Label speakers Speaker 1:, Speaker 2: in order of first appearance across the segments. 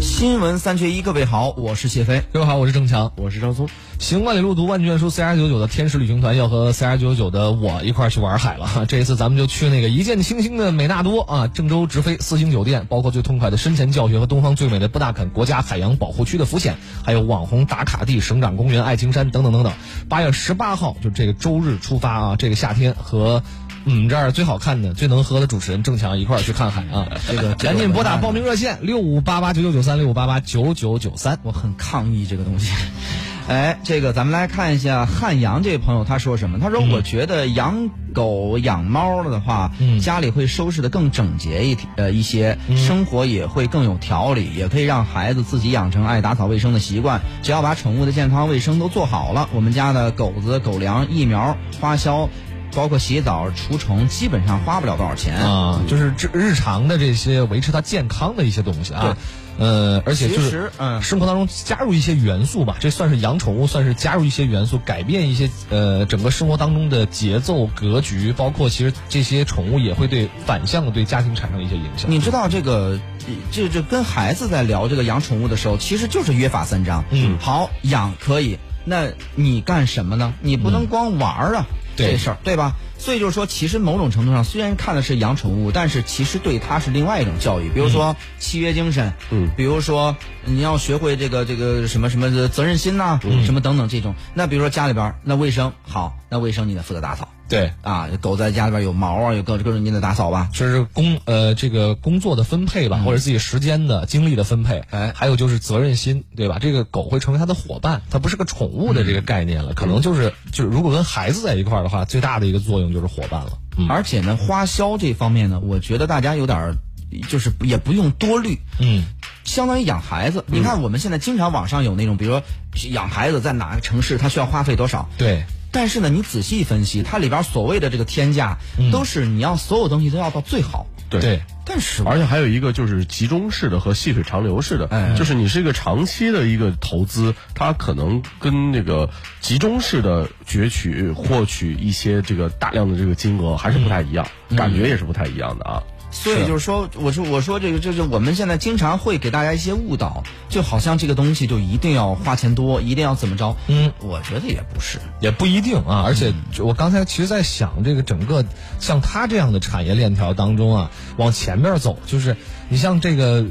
Speaker 1: 新闻三缺一，各位好，我是谢飞。
Speaker 2: 各位好，我是郑强。
Speaker 1: 我是张松。
Speaker 2: 行万里路读万卷书，CR 九九的天使旅行团要和 CR 九九的我一块儿去玩海了。 这一次咱们就去那个一见倾心的美纳多啊，郑州直飞四星酒店，包括最痛快的深潜教学和东方最美的布纳肯国家海洋保护区的浮潜，还有网红打卡地省长公园、爱情山等等等等。八月十八号就这个周日出发啊，这个夏天和。我们这儿最好看的、最能喝的主持人郑强一块儿去看海啊！
Speaker 1: 这个
Speaker 2: 赶紧拨打报名热线六五八八九九九三六五八八九九九三。
Speaker 1: 我很抗议这个东西。 哎，这个咱们来看一下汉阳这位朋友他说什么？他说：“我觉得养狗养猫了的话，
Speaker 2: 嗯
Speaker 1: 家里会收拾的更整洁一呃一些，生活也会更有条理，也可以让孩子自己养成爱打扫卫生的习惯。只要把宠物的健康卫生都做好了，我们家的狗子、狗粮、疫苗、花销，包括洗澡、除虫，基本上花不了多少钱。
Speaker 2: 啊，就是这日常的这些维持它健康的一些东西啊。呃，而且就
Speaker 1: 其
Speaker 2: 是
Speaker 1: 实，嗯
Speaker 2: 生活当中加入一些元素吧，这算是养宠物，算是加入一些元素，改变一些呃整个生活当中的节奏格局，包括其实这些宠物也会对反向的对家庭产生一些影响。
Speaker 1: 你知道这个，这这跟孩子在聊这个养宠物的时候，其实就是约法三章。
Speaker 2: 嗯
Speaker 1: 好养可以，那你干什么呢？你不能光玩儿啊，
Speaker 2: 嗯对
Speaker 1: 这事儿对吧？所以就是说，其实某种程度上，虽然看的是养宠物，但是其实对它是另外一种教育，比
Speaker 2: 嗯
Speaker 1: 如说契约精神，
Speaker 3: 嗯
Speaker 1: 比如说你要学会这个这个什么什么的责任心呐、
Speaker 2: 嗯
Speaker 1: 什么等等这种。那比如说家里边儿，那卫生好，那卫生你得负责打扫
Speaker 2: 对，
Speaker 1: 啊，狗在家里边儿有毛啊，有各各种你得打扫吧。
Speaker 2: 就是工呃这个工作的分配
Speaker 1: 嗯
Speaker 2: 吧，或者自己时间的精力的分配，
Speaker 1: 哎
Speaker 2: 还有就是责任心，对吧？这个狗会成为他的伙伴，它不是个宠物的这个概念了，可能就是就是如果跟孩子在一块儿的话，最大的一个作用就是伙伴了。嗯
Speaker 1: 而且呢，花销这方面呢，我觉得大家有点儿，就是也不用多虑，
Speaker 2: 嗯，
Speaker 1: 相当于养孩子。你看我们现在经常网上有那种，比如说养孩子在哪个城市，他需要花费多少。
Speaker 2: 对，
Speaker 1: 但是呢，你仔细分析，它里边所谓的这个天价，
Speaker 2: 嗯
Speaker 1: 都是你要所有东西都要到最好。
Speaker 3: 对
Speaker 2: 对
Speaker 1: 但是
Speaker 3: 而且还有一个就是集中式的和细水长流式的，
Speaker 1: 哎
Speaker 3: 就是你是一个长期的一个投资，它可能跟那个集中式的攫取获取一些这个大量的这个金额还是不太一样，感觉也是不太一样的啊。
Speaker 1: 所以就是说，我说我说这个就是我们现在经常会给大家一些误导，就好像这个东西就一定要花钱多，一定要怎么着。
Speaker 2: 嗯，
Speaker 1: 我觉得也不是。
Speaker 2: 也不一定啊。而且就我刚才其实，在想这个整个像它这样的产业链条当中啊，往前面走，就是你像这个。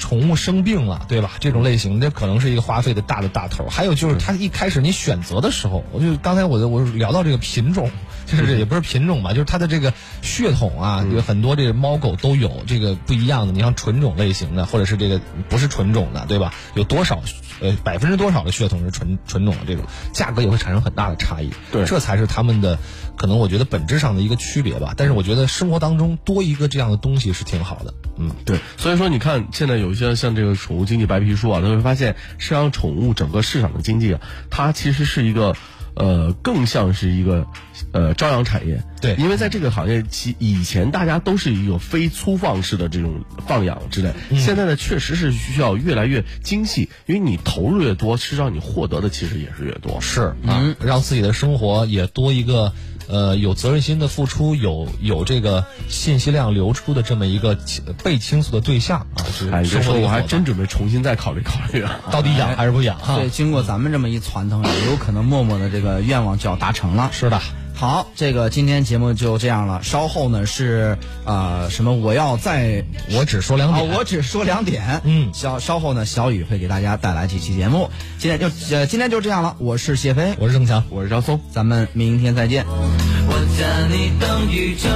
Speaker 2: 宠物生病了，对吧？这种类型，这可能是一个花费的大的大头。还有就是，它一开始你选择的时候，我就刚才我我聊到这个品种，就是也不是品种吧，就是它的这个血统啊，有很多这个猫狗都有这个不一样的。你像纯种类型的，或者是这个不是纯种的，对吧？有多少呃百分之多少的血统是纯纯种的这种，价格也会产生很大的差异。
Speaker 3: 对
Speaker 2: 这才是他们的可能我觉得本质上的一个区别吧。但是我觉得生活当中多一个这样的东西是挺好的。嗯，
Speaker 3: 对，所以说你看，现在有一些像这个宠物经济白皮书啊，他会发现，实际上宠物整个市场的经济啊，它其实是一个，呃，更像是一个，呃，朝阳产业。
Speaker 2: 对
Speaker 3: 因为在这个行业，其以前大家都是一个非粗放式的这种放养之类，
Speaker 2: 嗯
Speaker 3: 现在呢，确实是需要越来越精细，因为你投入越多，实际上你获得的其实也是越多。
Speaker 2: 是啊，
Speaker 3: 嗯
Speaker 2: 让自己的生活也多一个呃有责任心的付出，有有这个信息量流出的这么一个倾被倾诉的对象啊。就是
Speaker 3: 哎，你这
Speaker 2: 生活
Speaker 3: 说
Speaker 2: 的一
Speaker 3: 我
Speaker 2: 个
Speaker 3: 还
Speaker 2: 伙伴
Speaker 3: 真准备重新再考虑考虑啊。
Speaker 2: 到底养还是不养哈？
Speaker 1: 对，经过咱们这么一传腾，也有可能默默的这个愿望就要达成了。
Speaker 2: 是的。
Speaker 1: 好，这个今天节目就这样了。稍后呢是呃什么？我要再
Speaker 2: 我只说两
Speaker 1: 啊、
Speaker 2: 点。
Speaker 1: 我只说两点。
Speaker 2: 嗯
Speaker 1: 稍稍后呢，小雨会给大家带来几期节目。今天就呃今天就这样了。我是谢飞，
Speaker 2: 我是郑强。
Speaker 3: 我是张松。
Speaker 1: 咱们明天再见。
Speaker 4: 我在你等雨中，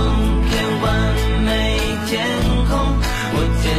Speaker 4: 天完美天空，我在